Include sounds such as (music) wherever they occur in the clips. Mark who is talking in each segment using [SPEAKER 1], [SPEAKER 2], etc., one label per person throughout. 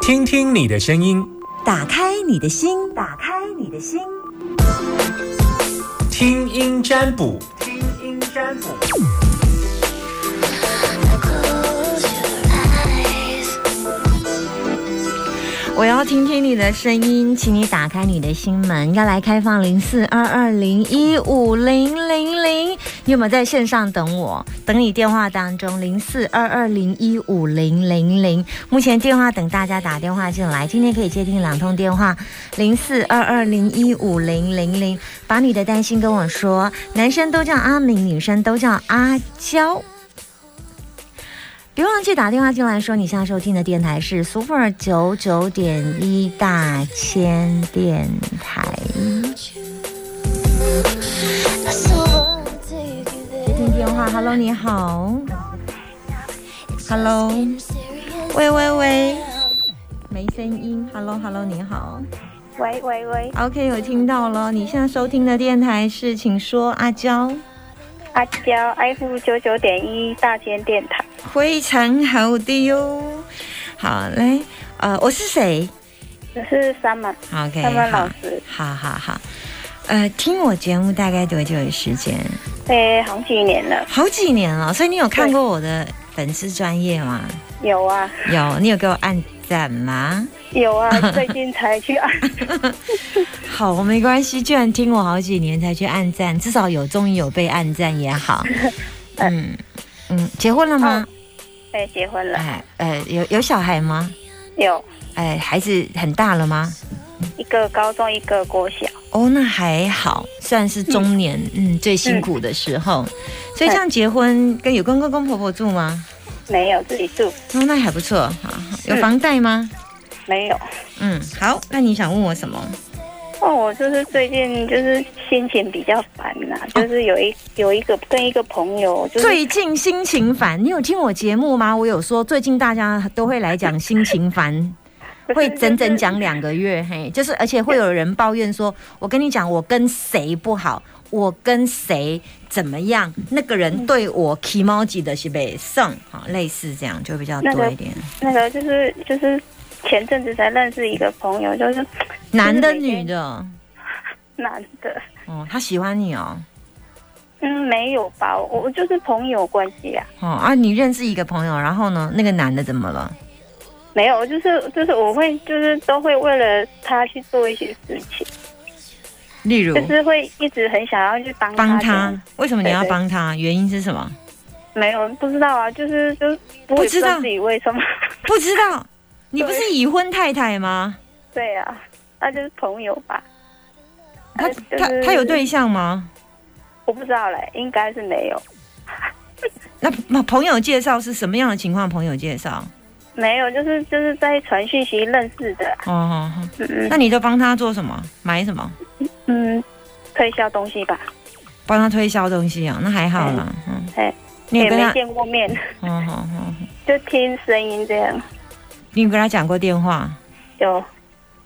[SPEAKER 1] 听听你的声音，
[SPEAKER 2] 打开你的心，打开你的心，
[SPEAKER 1] 听音占卜，
[SPEAKER 3] 听音占卜。
[SPEAKER 2] 我要听听你的声音，请你打开你的心门，要来开放零四二二零一五零零零。你有没有在线上等我？等你电话当中零四二二零一五零零零。目前电话等大家打电话进来，今天可以接听两通电话，零四二二零一五零零零。把你的担心跟我说，男生都叫阿明，女生都叫阿娇。别忘记打电话进来说，你现在收听的电台是 Super 九九点一大千电台。接听电话，Hello，你好，Hello，喂喂喂，没声音，Hello，Hello，你好
[SPEAKER 4] 喂喂喂，
[SPEAKER 2] ，OK，我听到了，你现在收听的电台是，请说阿娇。
[SPEAKER 4] 阿娇爱护九九点一大千电台，
[SPEAKER 2] 非常好的哟。好嘞，呃，我是谁
[SPEAKER 4] 我是 Summer，
[SPEAKER 2] ？OK，
[SPEAKER 4] 他们老
[SPEAKER 2] 好，
[SPEAKER 4] 师
[SPEAKER 2] 好好好。呃，听我节目大概多久的时间？
[SPEAKER 4] 哎，好几年了，
[SPEAKER 2] 好几年了，所以你有看过我的粉丝专业吗？
[SPEAKER 4] 有啊
[SPEAKER 2] 有，你有给我按赞吗？(laughs)
[SPEAKER 4] 有啊，最近才去按，
[SPEAKER 2] 好，没关系，居然听我好几年才去按赞，至少有终于有被按赞也
[SPEAKER 4] (laughs)
[SPEAKER 2] 好。嗯嗯，结婚了吗？
[SPEAKER 4] 哎，结婚了，
[SPEAKER 2] 哎呃，有有小孩吗？
[SPEAKER 4] 有
[SPEAKER 2] 哎，孩子很大了吗？
[SPEAKER 4] 一个高中，一个国小，
[SPEAKER 2] 哦，那还好，算是中年，嗯，最辛苦的时候。所以这样结婚跟有跟公公婆婆住吗？
[SPEAKER 4] 没有自己住，
[SPEAKER 2] 哦，那还不错，好，好有
[SPEAKER 4] 嗯
[SPEAKER 2] 房贷吗？
[SPEAKER 4] 没有。
[SPEAKER 2] 嗯，好，那你想问我什么？
[SPEAKER 4] 哦，我就是最近就是心情比较烦呐、就是有一有一个跟一个朋友，就是
[SPEAKER 2] 最近心情烦，你有听我节目吗？我有说最近大家都会来讲心情烦，会整整，讲两个月，嘿，就是而且会有人抱怨说，我跟你讲，我跟谁不好，我跟谁怎么样，那个
[SPEAKER 4] 嗯
[SPEAKER 2] 人对我 k i m o j i 的是被送，好，类似这样就比较多一点。
[SPEAKER 4] 那个就是就是前阵子才认识一个朋友，就是
[SPEAKER 2] 男的女的，
[SPEAKER 4] 男的，
[SPEAKER 2] 哦，他喜欢你哦，
[SPEAKER 4] 嗯，没有吧，我我就是朋友关系啊。
[SPEAKER 2] 哦啊，你认识一个朋友，然后呢，那个男的怎么了？
[SPEAKER 4] 没有，就是就是我会就是都会为了他去做一些事情，
[SPEAKER 2] 例如
[SPEAKER 4] 就是会一直很想要去帮他。
[SPEAKER 2] 哦帮他，为什么你要
[SPEAKER 4] 对对
[SPEAKER 2] 帮他？原因是什么？
[SPEAKER 4] 没有不知道啊，就是就是
[SPEAKER 2] 不
[SPEAKER 4] 我也
[SPEAKER 2] 知道
[SPEAKER 4] 自己为什么。 (laughs)
[SPEAKER 2] 不知道，你不是已婚太太吗？
[SPEAKER 4] 对啊，那就是朋友吧。
[SPEAKER 2] 他
[SPEAKER 4] 啊
[SPEAKER 2] 他他有，对象吗？
[SPEAKER 4] 我不知道嘞，应该是没有，
[SPEAKER 2] 那那朋友介绍是什么样的情况？朋友介绍，
[SPEAKER 4] 没有，就是就是在传讯息认识的，
[SPEAKER 2] 哦哦，哦
[SPEAKER 4] 嗯
[SPEAKER 2] 那你都帮他做什么？买什么？
[SPEAKER 4] 嗯，推销东西吧，
[SPEAKER 2] 帮他推销东西啊？那还好啦，嗯，
[SPEAKER 4] 哎，
[SPEAKER 2] 你有
[SPEAKER 4] 也
[SPEAKER 2] 跟
[SPEAKER 4] 没
[SPEAKER 2] 他，
[SPEAKER 4] 见过面， (laughs)
[SPEAKER 2] 哦哦哦，
[SPEAKER 4] 就听声音这样，
[SPEAKER 2] 你有跟他讲过电话
[SPEAKER 4] 有，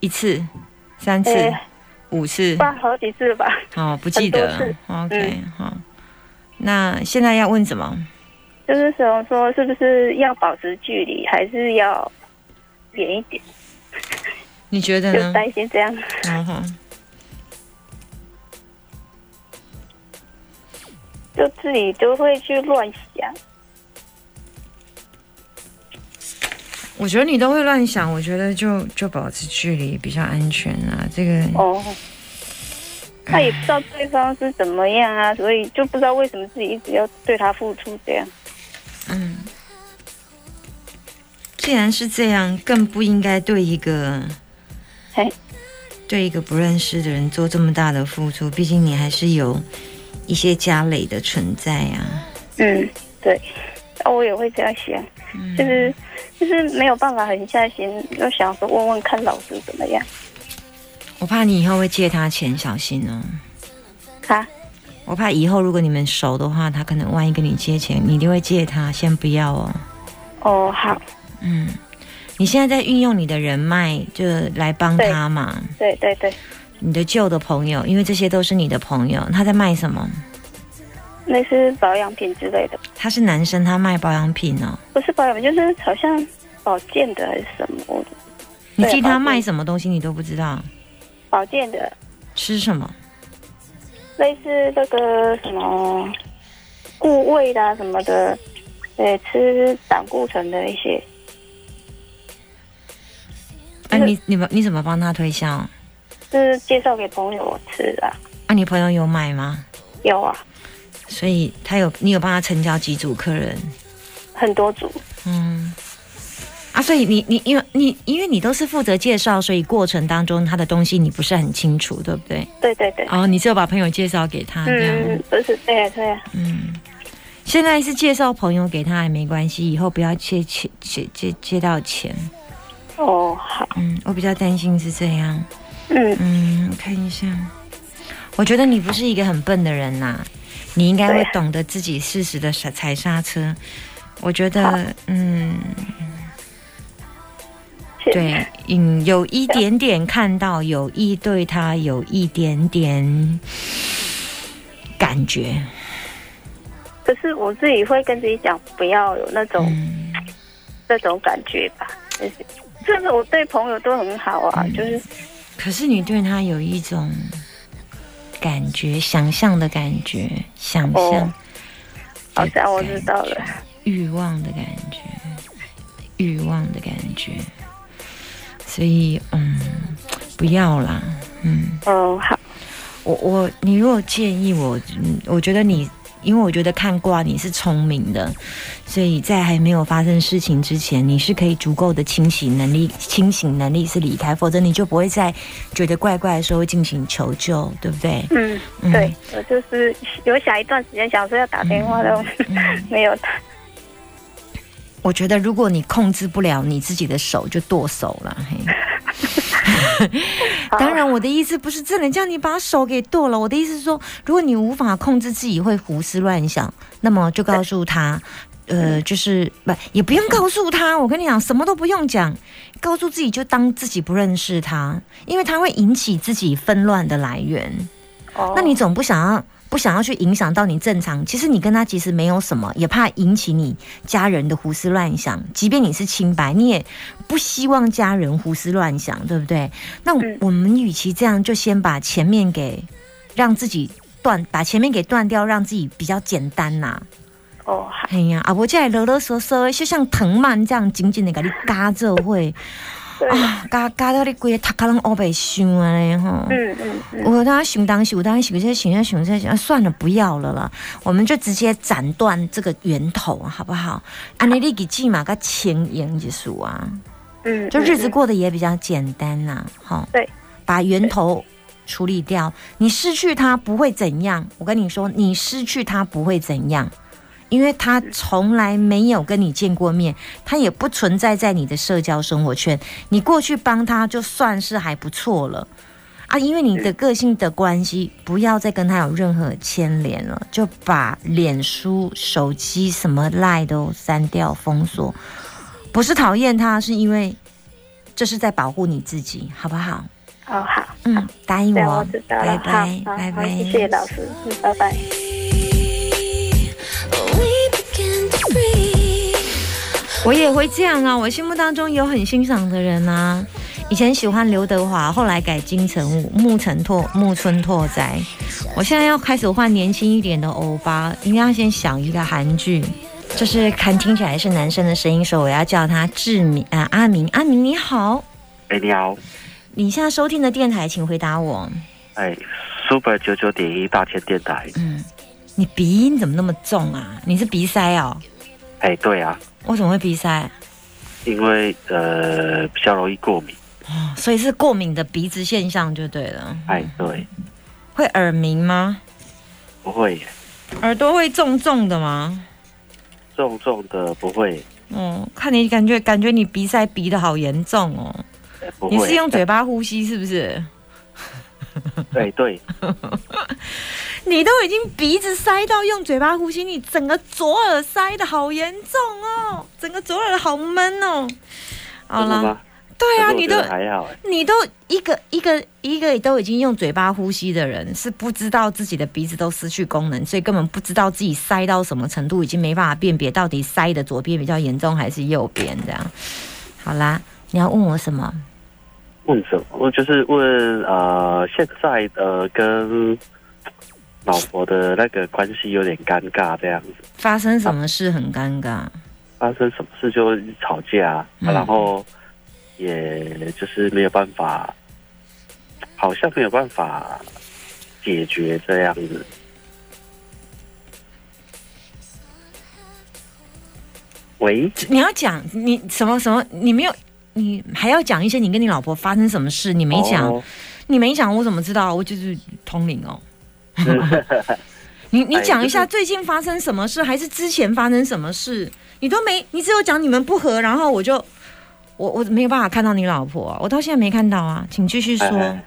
[SPEAKER 2] 一次、三次、
[SPEAKER 4] 哎，
[SPEAKER 2] 五次
[SPEAKER 4] 不知？道好几次吧。
[SPEAKER 2] 哦，不记得
[SPEAKER 4] 很多
[SPEAKER 2] 了
[SPEAKER 4] 次。嗯
[SPEAKER 2] OK，好、那现在要问什么？
[SPEAKER 4] 就是想说，是不是要保持距离，还是要远一点？
[SPEAKER 2] 你觉得
[SPEAKER 4] 就
[SPEAKER 2] 呢？
[SPEAKER 4] 担心这样。 (laughs)
[SPEAKER 2] 嗯哼。
[SPEAKER 4] 就自己就会去乱想。
[SPEAKER 2] 我觉得你都会乱想，我觉得就就保持距离比较安全啊。这个
[SPEAKER 4] 哦，他也不知道对方是怎么样啊，所以就不知道为什么自己一直要对他付出这样。
[SPEAKER 2] 嗯，既然是这样，更不应该对一个
[SPEAKER 4] 嘿，
[SPEAKER 2] 对一个不认识的人做这么大的付出，毕竟你还是有一些家累的存在啊。
[SPEAKER 4] 嗯，对，啊，我也会这样想，就是就是没有办法狠下心，就想说问问看老师怎么样。
[SPEAKER 2] 我怕你以后会借他钱，小心哦。
[SPEAKER 4] 啊，
[SPEAKER 2] 我怕以后如果你们熟的话，他可能万一跟你借钱，你一定会借他，先不要哦。
[SPEAKER 4] 哦，好，
[SPEAKER 2] 嗯，你现在在运用你的人脉，就来帮
[SPEAKER 4] 对
[SPEAKER 2] 他嘛。
[SPEAKER 4] 对对对，
[SPEAKER 2] 你的旧的朋友，因为这些都是你的朋友，他在卖什么？
[SPEAKER 4] 那是保养品之类的，
[SPEAKER 2] 他是男生，他卖保养品哦。
[SPEAKER 4] 不是保养品，就是好像保健的还是什么，我
[SPEAKER 2] 你
[SPEAKER 4] 对
[SPEAKER 2] 替他
[SPEAKER 4] 保健
[SPEAKER 2] 卖什么东西你都不知道，
[SPEAKER 4] 保健的，
[SPEAKER 2] 吃什么？
[SPEAKER 4] 类似这个什么固胃的、啊、什么的，对，吃胆固醇的一些，
[SPEAKER 2] 哎、
[SPEAKER 4] 就是
[SPEAKER 2] 你你们你怎么帮他推销？
[SPEAKER 4] 就是介绍给朋友吃的、啊。
[SPEAKER 2] 啊，你朋友有买吗？
[SPEAKER 4] 有啊，
[SPEAKER 2] 所以他有你有帮他成交几组客人？
[SPEAKER 4] 很多组，
[SPEAKER 2] 嗯，啊，所以你你因为你因为你都是负责介绍，所以过程当中他的东西你不是很清楚，对不对？
[SPEAKER 4] 对对对，
[SPEAKER 2] 哦，你只有把朋友介绍给他这样
[SPEAKER 4] 嗯，，不是，对啊对啊，
[SPEAKER 2] 嗯。现在是介绍朋友给他还没关系，以后不要借钱借借借到钱。
[SPEAKER 4] 哦好，
[SPEAKER 2] 嗯，我比较担心是这样。
[SPEAKER 4] 嗯
[SPEAKER 2] 嗯，我看一下，我觉得你不是一个很笨的人呐、你应该会
[SPEAKER 4] 对
[SPEAKER 2] 懂得自己适时的踩踩刹车。我觉得，嗯，
[SPEAKER 4] 谢谢
[SPEAKER 2] 对，嗯，有一点点看到有意对他有一点点感觉，
[SPEAKER 4] 可是我自己会跟自己讲，不要有那种、那种感觉吧。就是，甚至我对朋友都很好啊，就是
[SPEAKER 2] 可是你对他有一种感觉，想象的感觉，想象。
[SPEAKER 4] 哦好
[SPEAKER 2] 对
[SPEAKER 4] 像我知道了，
[SPEAKER 2] 欲望的感觉，欲望的感觉。所以，嗯，不要啦，嗯，
[SPEAKER 4] 嗯，好，
[SPEAKER 2] 我我你如果建议我，嗯，我觉得你，因为我觉得看卦你是聪明的，所以在还没有发生事情之前，你是可以足够的清醒能力，清醒能力是离开，否则你就不会在觉得怪怪的时候进行求救，对不对？
[SPEAKER 4] 嗯，
[SPEAKER 2] 嗯
[SPEAKER 4] 对我就是有想一段时间想说要打电话
[SPEAKER 2] 嗯
[SPEAKER 4] 的， (laughs) 没有打，
[SPEAKER 2] 我觉得如果你控制不了你自己的手，就剁手了。嘿当然，我的意思不是真的叫你把手给剁了。我的意思是说，如果你无法控制自己会胡思乱想，那么就告诉他，呃，就是不也不用告诉他。我跟你讲，什么都不用讲，告诉自己就当自己不认识他，因为他会引起自己纷乱的来源。
[SPEAKER 4] 哦，
[SPEAKER 2] 那你总不想要不想要去影响到你正常？其实你跟他其实没有什么，也怕引起你家人的胡思乱想。即便你是清白，你也不希望家人胡思乱想，对不对？那我
[SPEAKER 4] 嗯
[SPEAKER 2] 我们与其这样，就先把前面给让自己断，把前面给断掉，让自己比较简单呐、
[SPEAKER 4] 哦好，
[SPEAKER 2] 哎呀，啊，我这啰啰嗦嗦的，就像藤蔓这样紧紧的给你嘎着会
[SPEAKER 4] 对，
[SPEAKER 2] 啊，嘎嘎到你规个头壳拢乌白想安尼吼。
[SPEAKER 4] 嗯嗯嗯，
[SPEAKER 2] 我当时想当时，我当时想这想这想这想，啊算了，不要了啦，我们就直接斩断这个源头，啊好不好？安尼你给记嘛个轻盈结束啊，
[SPEAKER 4] 嗯，
[SPEAKER 2] 就日子
[SPEAKER 4] 嗯
[SPEAKER 2] 过得也比较简单呐、哈、
[SPEAKER 4] 对，
[SPEAKER 2] 把源头处理掉，你失去它不会怎样。我跟你说，你失去它不会怎样。因为他从来没有跟你见过面，他也不存在在你的社交生活圈。你过去帮他就算是还不错了啊，因为你
[SPEAKER 4] 嗯
[SPEAKER 2] 的个性的关系，不要再跟他有任何牵连了，就把脸书、手机什么赖都删掉封锁。不是讨厌他，是因为这是在保护你自己，好不好？
[SPEAKER 4] 哦好，
[SPEAKER 2] 嗯，答应
[SPEAKER 4] 对，
[SPEAKER 2] 我
[SPEAKER 4] 我知，道
[SPEAKER 2] 拜
[SPEAKER 4] 了，好
[SPEAKER 2] 拜，
[SPEAKER 4] 好
[SPEAKER 2] 拜
[SPEAKER 4] 好，
[SPEAKER 2] 拜，
[SPEAKER 4] 谢谢老师，嗯，拜拜。
[SPEAKER 3] We begin to breathe.
[SPEAKER 2] 我也会这样啊，我心目当中有很欣赏的人啊。以前喜欢刘德华，后来改金城武、木城拓、木村拓哉。我现在要开始换年轻一点的欧巴，应该要先想一个韩剧，就是看听起来是男生的声音，所以我要叫他志明啊、阿明。阿明你好，
[SPEAKER 5] 哎、你好，
[SPEAKER 2] 你现在收听的电台，请回答我。
[SPEAKER 5] 哎，Super 九九点一大千电台，
[SPEAKER 2] 嗯你鼻音怎么那么重啊？你是鼻塞哦？
[SPEAKER 5] 哎，对啊，
[SPEAKER 2] 为什么会鼻塞？
[SPEAKER 5] 因为呃比较容易过敏，
[SPEAKER 2] 哦所以是过敏的鼻子现象就对了。
[SPEAKER 5] 哎，对，
[SPEAKER 2] 会耳鸣吗？
[SPEAKER 5] 不会耶，
[SPEAKER 2] 耳朵会重重的吗？
[SPEAKER 5] 重重的不会耶，
[SPEAKER 2] 哦，看你感觉感觉你鼻塞鼻的好严重哦，
[SPEAKER 5] 哎不会
[SPEAKER 2] 你
[SPEAKER 5] 耶，
[SPEAKER 2] 是用嘴巴呼吸是不是？
[SPEAKER 5] 哎？对
[SPEAKER 2] 你都已经鼻子塞到用嘴巴呼吸，你整个左耳塞的好严重哦，整个左耳好闷哦。好
[SPEAKER 5] 真的
[SPEAKER 2] 了，
[SPEAKER 5] 吗？
[SPEAKER 2] 对啊，
[SPEAKER 5] 可是我
[SPEAKER 2] 你
[SPEAKER 5] 觉
[SPEAKER 2] 都
[SPEAKER 5] 得还好哎，
[SPEAKER 2] 你都一个一个一个都已经用嘴巴呼吸的人，是不知道自己的鼻子都失去功能，所以根本不知道自己塞到什么程度，已经没办法辨别到底塞的左边比较严重还是右边这样。好啦，你要问我什么？
[SPEAKER 5] 问什么？问就是问呃，现在呃跟老婆的那个关系有点尴尬，这样子
[SPEAKER 2] 发生什么事很尴尬？
[SPEAKER 5] 发生什么事就吵架，啊
[SPEAKER 2] 嗯
[SPEAKER 5] 然后也就是没有办法，好像没有办法解决这样子。喂，
[SPEAKER 2] 你要讲你什么什么？你没有，你还要讲一些你跟你老婆发生什么事？你没讲，
[SPEAKER 5] 哦
[SPEAKER 2] 你没讲，我怎么知道？我就是通灵哦。你你
[SPEAKER 5] 哎
[SPEAKER 2] 讲一下
[SPEAKER 5] 就是
[SPEAKER 2] 最近发生什么事，还是之前发生什么事？你都没，你只有讲你们不和，然后我就我我没有办法看到你老婆啊、我到现在没看到啊，请继续说。
[SPEAKER 5] 哎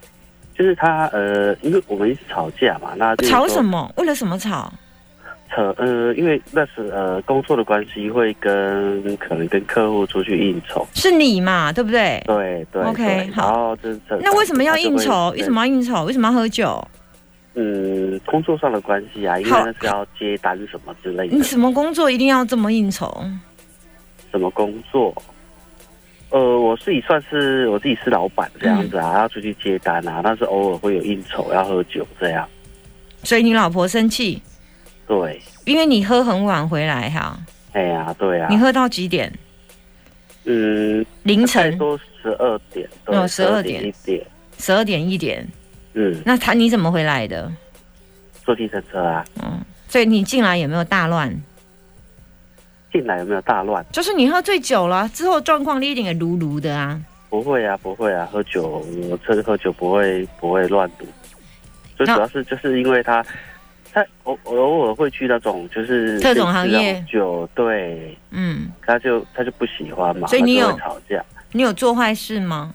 [SPEAKER 5] 就是他呃，因为我们一直吵架嘛，那哎就是说
[SPEAKER 2] 吵什么？为了什么吵？
[SPEAKER 5] 扯呃，因为那是呃工作的关系，会跟可能跟客户出去应酬，
[SPEAKER 2] 是你嘛，对不对？
[SPEAKER 5] 对对
[SPEAKER 2] OK，
[SPEAKER 5] 对
[SPEAKER 2] 好
[SPEAKER 5] 然后就是扯
[SPEAKER 2] 那为什么要应酬？
[SPEAKER 5] 他就会
[SPEAKER 2] 为什么要应酬？为什么要喝酒？
[SPEAKER 5] 嗯工作上的关系啊？因为
[SPEAKER 2] 好嗯
[SPEAKER 5] 那是要接单什么之类
[SPEAKER 2] 你
[SPEAKER 5] 的，
[SPEAKER 2] 什么工作一定要这么应酬？
[SPEAKER 5] 什么工作？呃，我自己算是我自己是老板这样
[SPEAKER 2] 嗯
[SPEAKER 5] 子啊，要出去接单啊，但是偶尔会有应酬，要喝酒这样。
[SPEAKER 2] 所以你老婆生气，
[SPEAKER 5] 对，
[SPEAKER 2] 因为你喝很晚回来哈、
[SPEAKER 5] 哎呀、对啊
[SPEAKER 2] 你，喝到几点？
[SPEAKER 5] 嗯，
[SPEAKER 2] 凌
[SPEAKER 5] 最
[SPEAKER 2] 晨
[SPEAKER 5] 多十二点，对，
[SPEAKER 2] 哦12点
[SPEAKER 5] 点一点，
[SPEAKER 2] 十二点一点。
[SPEAKER 5] 嗯，
[SPEAKER 2] 那他你怎么回来的？
[SPEAKER 5] 坐计程车啊，
[SPEAKER 2] 嗯，所以你进来也没有大乱，
[SPEAKER 5] 进来有没有大乱？
[SPEAKER 2] 就是你喝醉酒了之后状况你一定也噜噜的啊。
[SPEAKER 5] 不会啊，不会啊，喝酒我这喝酒不会不会乱赌，最主
[SPEAKER 2] 那
[SPEAKER 5] 要是就是因为他他偶偶尔会去那种就是
[SPEAKER 2] 特种行业
[SPEAKER 5] 类似那种酒，对，
[SPEAKER 2] 嗯，
[SPEAKER 5] 他就他就不喜欢嘛，
[SPEAKER 2] 所以你有
[SPEAKER 5] 他就会吵架？
[SPEAKER 2] 你有做坏事吗？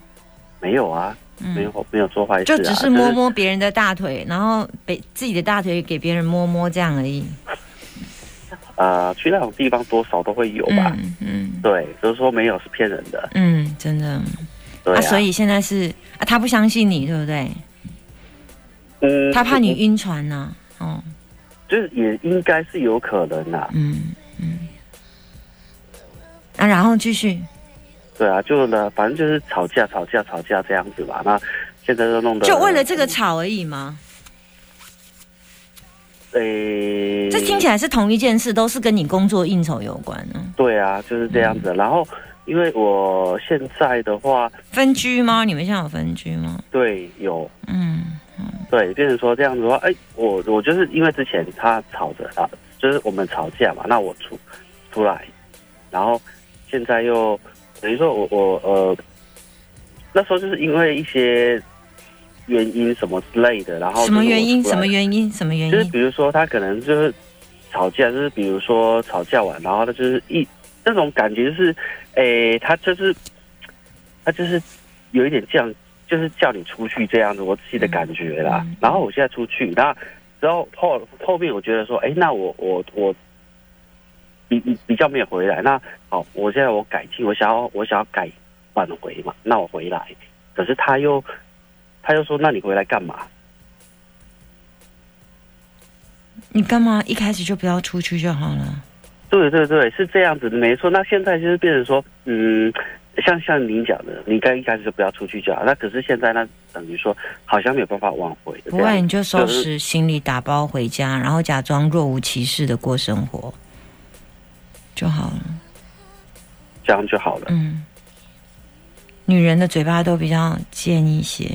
[SPEAKER 5] 没有啊，
[SPEAKER 2] 嗯，
[SPEAKER 5] 没有没有做坏事、
[SPEAKER 2] 就
[SPEAKER 5] 啊，
[SPEAKER 2] 只是摸摸别人的大腿，然后被自己的大腿给别人摸摸这样而已。
[SPEAKER 5] 就是呃，去那种地方多少都会有吧，
[SPEAKER 2] 嗯嗯
[SPEAKER 5] 对，就是说没有是骗人的，
[SPEAKER 2] 嗯，真的
[SPEAKER 5] 对啊，
[SPEAKER 2] 所以现在是啊，他不相信你，对不对？
[SPEAKER 5] 嗯
[SPEAKER 2] 他怕你晕船呢、哦，
[SPEAKER 5] 就是也应该是有可能啊，
[SPEAKER 2] 嗯嗯。啊，然后继续，
[SPEAKER 5] 对啊，就呢，反正就是吵架吵架吵架这样子吧，那。现在都弄得
[SPEAKER 2] 就为了这个吵而已吗？
[SPEAKER 5] 诶，
[SPEAKER 2] 这听起来是同一件事，都是跟你工作应酬有关呢、
[SPEAKER 5] 对啊，就是这样子。
[SPEAKER 2] 嗯
[SPEAKER 5] 然后，因为我现在的话，
[SPEAKER 2] 分居吗？你们现在有分居吗？
[SPEAKER 5] 对有
[SPEAKER 2] 嗯
[SPEAKER 5] 对，变成说这样子的话，哎，我我就是因为之前他吵着啊，就是我们吵架嘛，那我出出来，然后现在又等于说我我呃，那时候就是因为一些原因什么之类的，然后
[SPEAKER 2] 什么原因？
[SPEAKER 5] 就
[SPEAKER 2] 什
[SPEAKER 5] 是哦我出来
[SPEAKER 2] 么原因？什么原
[SPEAKER 5] 就是
[SPEAKER 2] 因？
[SPEAKER 5] 比如说他可能就是吵架，就是比如说吵架完，然后他就是一那种感觉就是，诶、他就是他就是有一点这样，就是叫你出去这样子，我自己的感觉啦。
[SPEAKER 2] 嗯嗯
[SPEAKER 5] 然后我现在出去，那然后后后面我觉得说，诶、那我我我比比比较没有回来，那好，我现在我改进，我想要我想要改挽回嘛，那我回来，可是他又他又说，那你回来干嘛？
[SPEAKER 2] 你干嘛一开始就不要出去就好了？
[SPEAKER 5] 对对对，是这样子的，没错。那现在就是变成说，嗯，像像您讲的，你刚一开始就不要出去就好。那可是现在呢，等于说好像没有办法挽回的
[SPEAKER 2] 不
[SPEAKER 5] 这
[SPEAKER 2] 会，
[SPEAKER 5] 样。
[SPEAKER 2] 你就收拾行李，打包回家，然后假装若无其事的过生活就好了。
[SPEAKER 5] 这样就好了。
[SPEAKER 2] 嗯，女人的嘴巴都比较贱一些，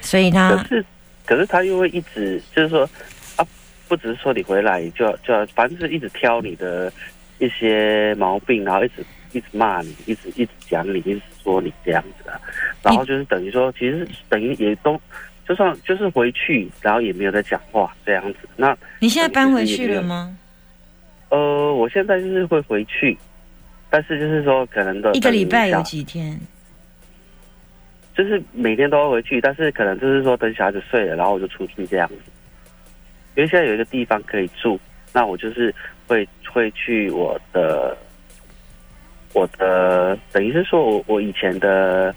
[SPEAKER 2] 所以
[SPEAKER 5] 可
[SPEAKER 2] 她
[SPEAKER 5] 是，可是他又会一直就是说啊，不只是说你回来就要就要，反正就是一直挑你的一些毛病，然后一直一直骂你，一直一直讲你，一直说你这样子啊。然后就是等于说，其实等于也都就算就是回去，然后也没有在讲话这样子。那
[SPEAKER 2] 你现在搬回去了吗？
[SPEAKER 5] 呃，我现在就是会回去，但是就是说可能的
[SPEAKER 2] 一个礼拜有
[SPEAKER 5] 等下
[SPEAKER 2] 几天？
[SPEAKER 5] 就是每天都要回去，但是可能就是说等小孩子睡了，然后我就出去这样子。因为现在有一个地方可以住，那我就是会会去我的我的，等于是说我我以前的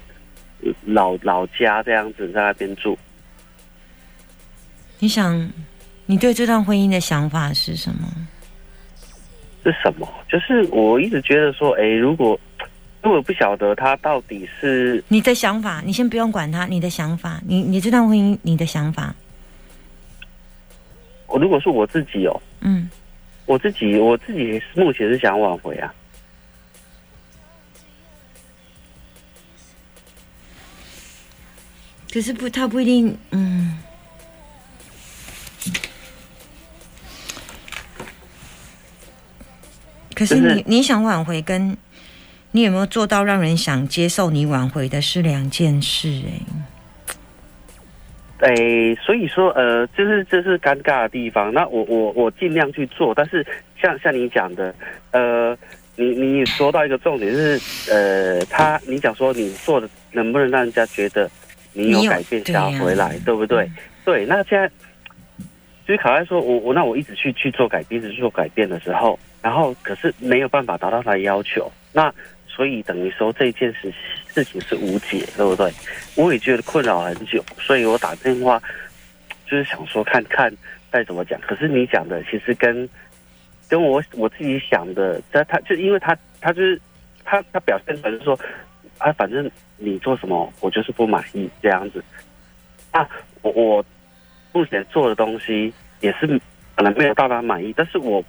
[SPEAKER 5] 老老家这样子在那边住。
[SPEAKER 2] 你想，你对这段婚姻的想法是什么？
[SPEAKER 5] 是什么？就是我一直觉得说，哎，如果因为我不晓得他到底是
[SPEAKER 2] 你的想法，你先不用管他，你的想法，你你这段婚姻你的想法，
[SPEAKER 5] 我如果是我自己哦，
[SPEAKER 2] 嗯，
[SPEAKER 5] 我自己我自己目前是想挽回啊，
[SPEAKER 2] 可是不，他不一定，嗯。可是
[SPEAKER 5] 就是
[SPEAKER 2] 你你想挽回跟你有没有做到让人想接受你挽回的是两件事、欸，
[SPEAKER 5] 诶，哎所以说呃，就是这是尴尬的地方。那我我我尽量去做，但是像像你讲的，呃，你你说到一个重点就是，呃，他你讲说你做的能不能让人家觉得你有
[SPEAKER 2] 你有
[SPEAKER 5] 改变
[SPEAKER 2] 对啊
[SPEAKER 5] 想要回来，对不对？对，那现在。就是卡在说，我我那我一直去去做改变，一直去做改变的时候，然后可是没有办法达到他的要求，那所以等于说这件事事情是无解，对不对？我也觉得困扰很久，所以我打电话就是想说看看该怎么讲。可是你讲的其实跟跟我我自己想的，他他就因为他他就是他他表现出来就是说啊，反正你做什么我就是不满意这样子。那我我目前做的东西也是可能没有到达满意，但是我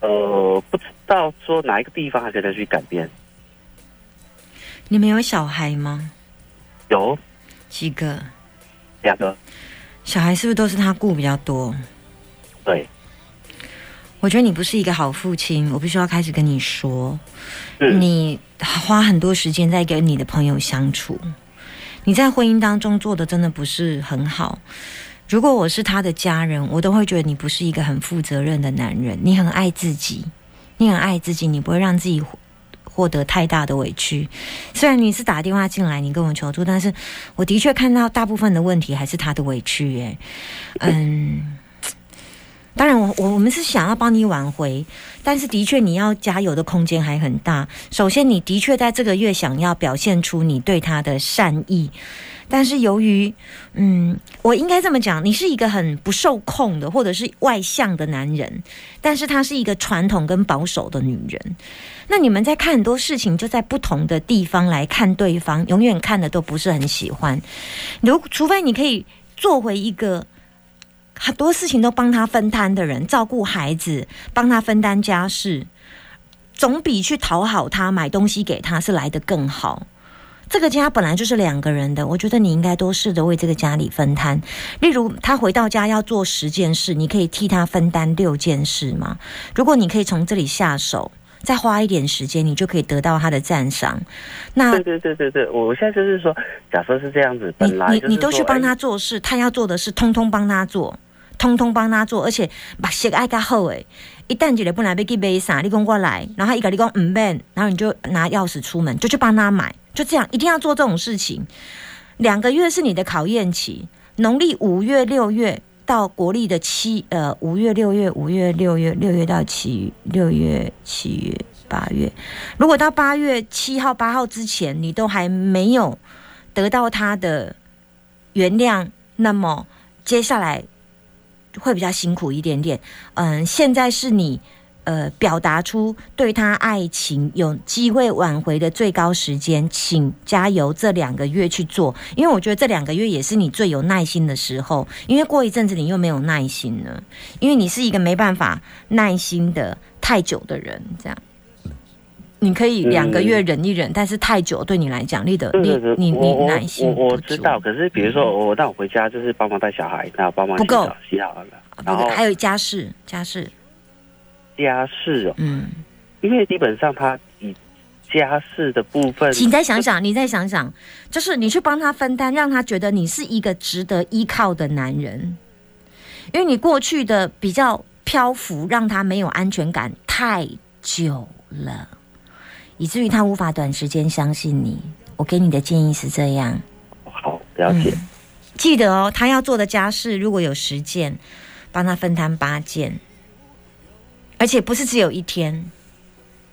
[SPEAKER 5] 呃不知道说哪一个地方还可以再去改变。
[SPEAKER 2] 你们有小孩吗？
[SPEAKER 5] 有
[SPEAKER 2] 几个
[SPEAKER 5] 两个
[SPEAKER 2] 小孩是不是都是他顾比较多？
[SPEAKER 5] 对，
[SPEAKER 2] 我觉得你不是一个好父亲，我必须要开始跟你说，
[SPEAKER 5] 嗯
[SPEAKER 2] 你花很多时间在跟你的朋友相处，你在婚姻当中做的真的不是很好。如果我是他的家人，我都会觉得你不是一个很负责任的男人，你很爱自己，你很爱自己，你不会让自己获获得太大的委屈。虽然你是打电话进来，你跟我求助，但是我的确看到大部分的问题还是他的委屈、耶。嗯，当然我我我们是想要帮你挽回，但是的确你要加油的空间还很大。嗯首先，你的确在这个月想要表现出你对他的善意，但是由于，嗯，我应该这么讲，你是一个很不受控的，或者是外向的男人，但是她是一个传统跟保守的女人。那你们在看很多事情，就在不同的地方来看对方，永远看的都不是很喜欢。如除非你可以做回一个很多事情都帮他分摊的人，照顾孩子，帮他分担家事，总比去讨好他买东西给他是来的更好。这个家本来就是两个人的，我觉得你应该多试着为这个家里分摊。例如，他回到家要做十件事，你可以替他分担六件事吗？如果你可以从这里下手，再花一点时间，你就可以得到他的赞赏。那
[SPEAKER 5] 对对对对对，我现在就是说，假设是这样子，
[SPEAKER 2] 你
[SPEAKER 5] 本来
[SPEAKER 2] 你
[SPEAKER 5] 就是
[SPEAKER 2] 你都
[SPEAKER 5] 说
[SPEAKER 2] 去帮
[SPEAKER 5] 哎
[SPEAKER 2] 他做事，他要做的事，通通帮他做，通通帮他做，而且把鞋爱他好诶。一旦觉得本来被给买啥，你跟我来，然后他一个你讲唔免，然后你就拿钥匙出门，就去帮他买，就这样，一定要做这种事情。两个月是你的考验期，农历五月、六月到国历的七呃五月、六月、五月、六月、六月到七六月、七月、八月。如果到八月七号、八号之前，你都还没有得到他的原谅，那么接下来会比较辛苦一点点。嗯，现在是你呃表达出对他爱情有机会挽回的最高时间，请加油这两个月去做，因为我觉得这两个月也是你最有耐心的时候，因为过一阵子你又没有耐心了，因为你是一个没办法耐心的太久的人，这样。你可以两个月忍一忍，但是太久对你来讲，你的
[SPEAKER 5] 对
[SPEAKER 2] 你
[SPEAKER 5] 对对，
[SPEAKER 2] 你
[SPEAKER 5] 我
[SPEAKER 2] 你
[SPEAKER 5] 我
[SPEAKER 2] 耐心
[SPEAKER 5] 我我
[SPEAKER 2] 不
[SPEAKER 5] 知
[SPEAKER 2] 足嗯
[SPEAKER 5] 道，可是比如说我让我回家就是帮忙带小孩，然后帮忙
[SPEAKER 2] 不
[SPEAKER 5] 洗
[SPEAKER 2] 够
[SPEAKER 5] 澡洗好了，
[SPEAKER 2] 不
[SPEAKER 5] 然
[SPEAKER 2] 对，
[SPEAKER 5] 后
[SPEAKER 2] 还有家事，家事，
[SPEAKER 5] 家事哦，
[SPEAKER 2] 嗯，
[SPEAKER 5] 因为基本上他以家事的部分，
[SPEAKER 2] 请你再想想，你再想想，就是你去帮他分担，让他觉得你是一个值得依靠的男人，因为你过去的比较漂浮，让他没有安全感太久了，以至于他无法短时间相信你。我给你的建议是这样，
[SPEAKER 5] 好了解，
[SPEAKER 2] 记得哦，他要做的家事如果有十件，帮他分摊八件，而且不是只有一天，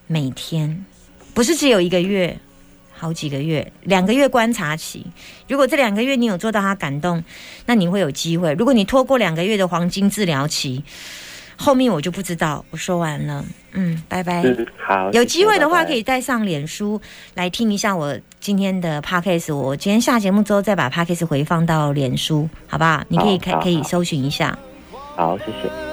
[SPEAKER 2] 每天，不是只有一个月，好几个月，两个月观察期。如果这两个月你有做到他感动，那你会有机会。如果你拖过两个月的黄金治疗期，后面我就不知道。我说完了，嗯，拜拜。
[SPEAKER 5] 嗯，好，
[SPEAKER 2] 有机会的话，可
[SPEAKER 5] 以。
[SPEAKER 2] 以带上脸书来听一下我今天的 podcast。我今天下节目之后再把 podcast 回放到脸书，好不好？你可以
[SPEAKER 5] 好
[SPEAKER 2] 可
[SPEAKER 5] 好
[SPEAKER 2] 可以
[SPEAKER 5] 好
[SPEAKER 2] 搜寻一下。
[SPEAKER 5] 好，谢谢。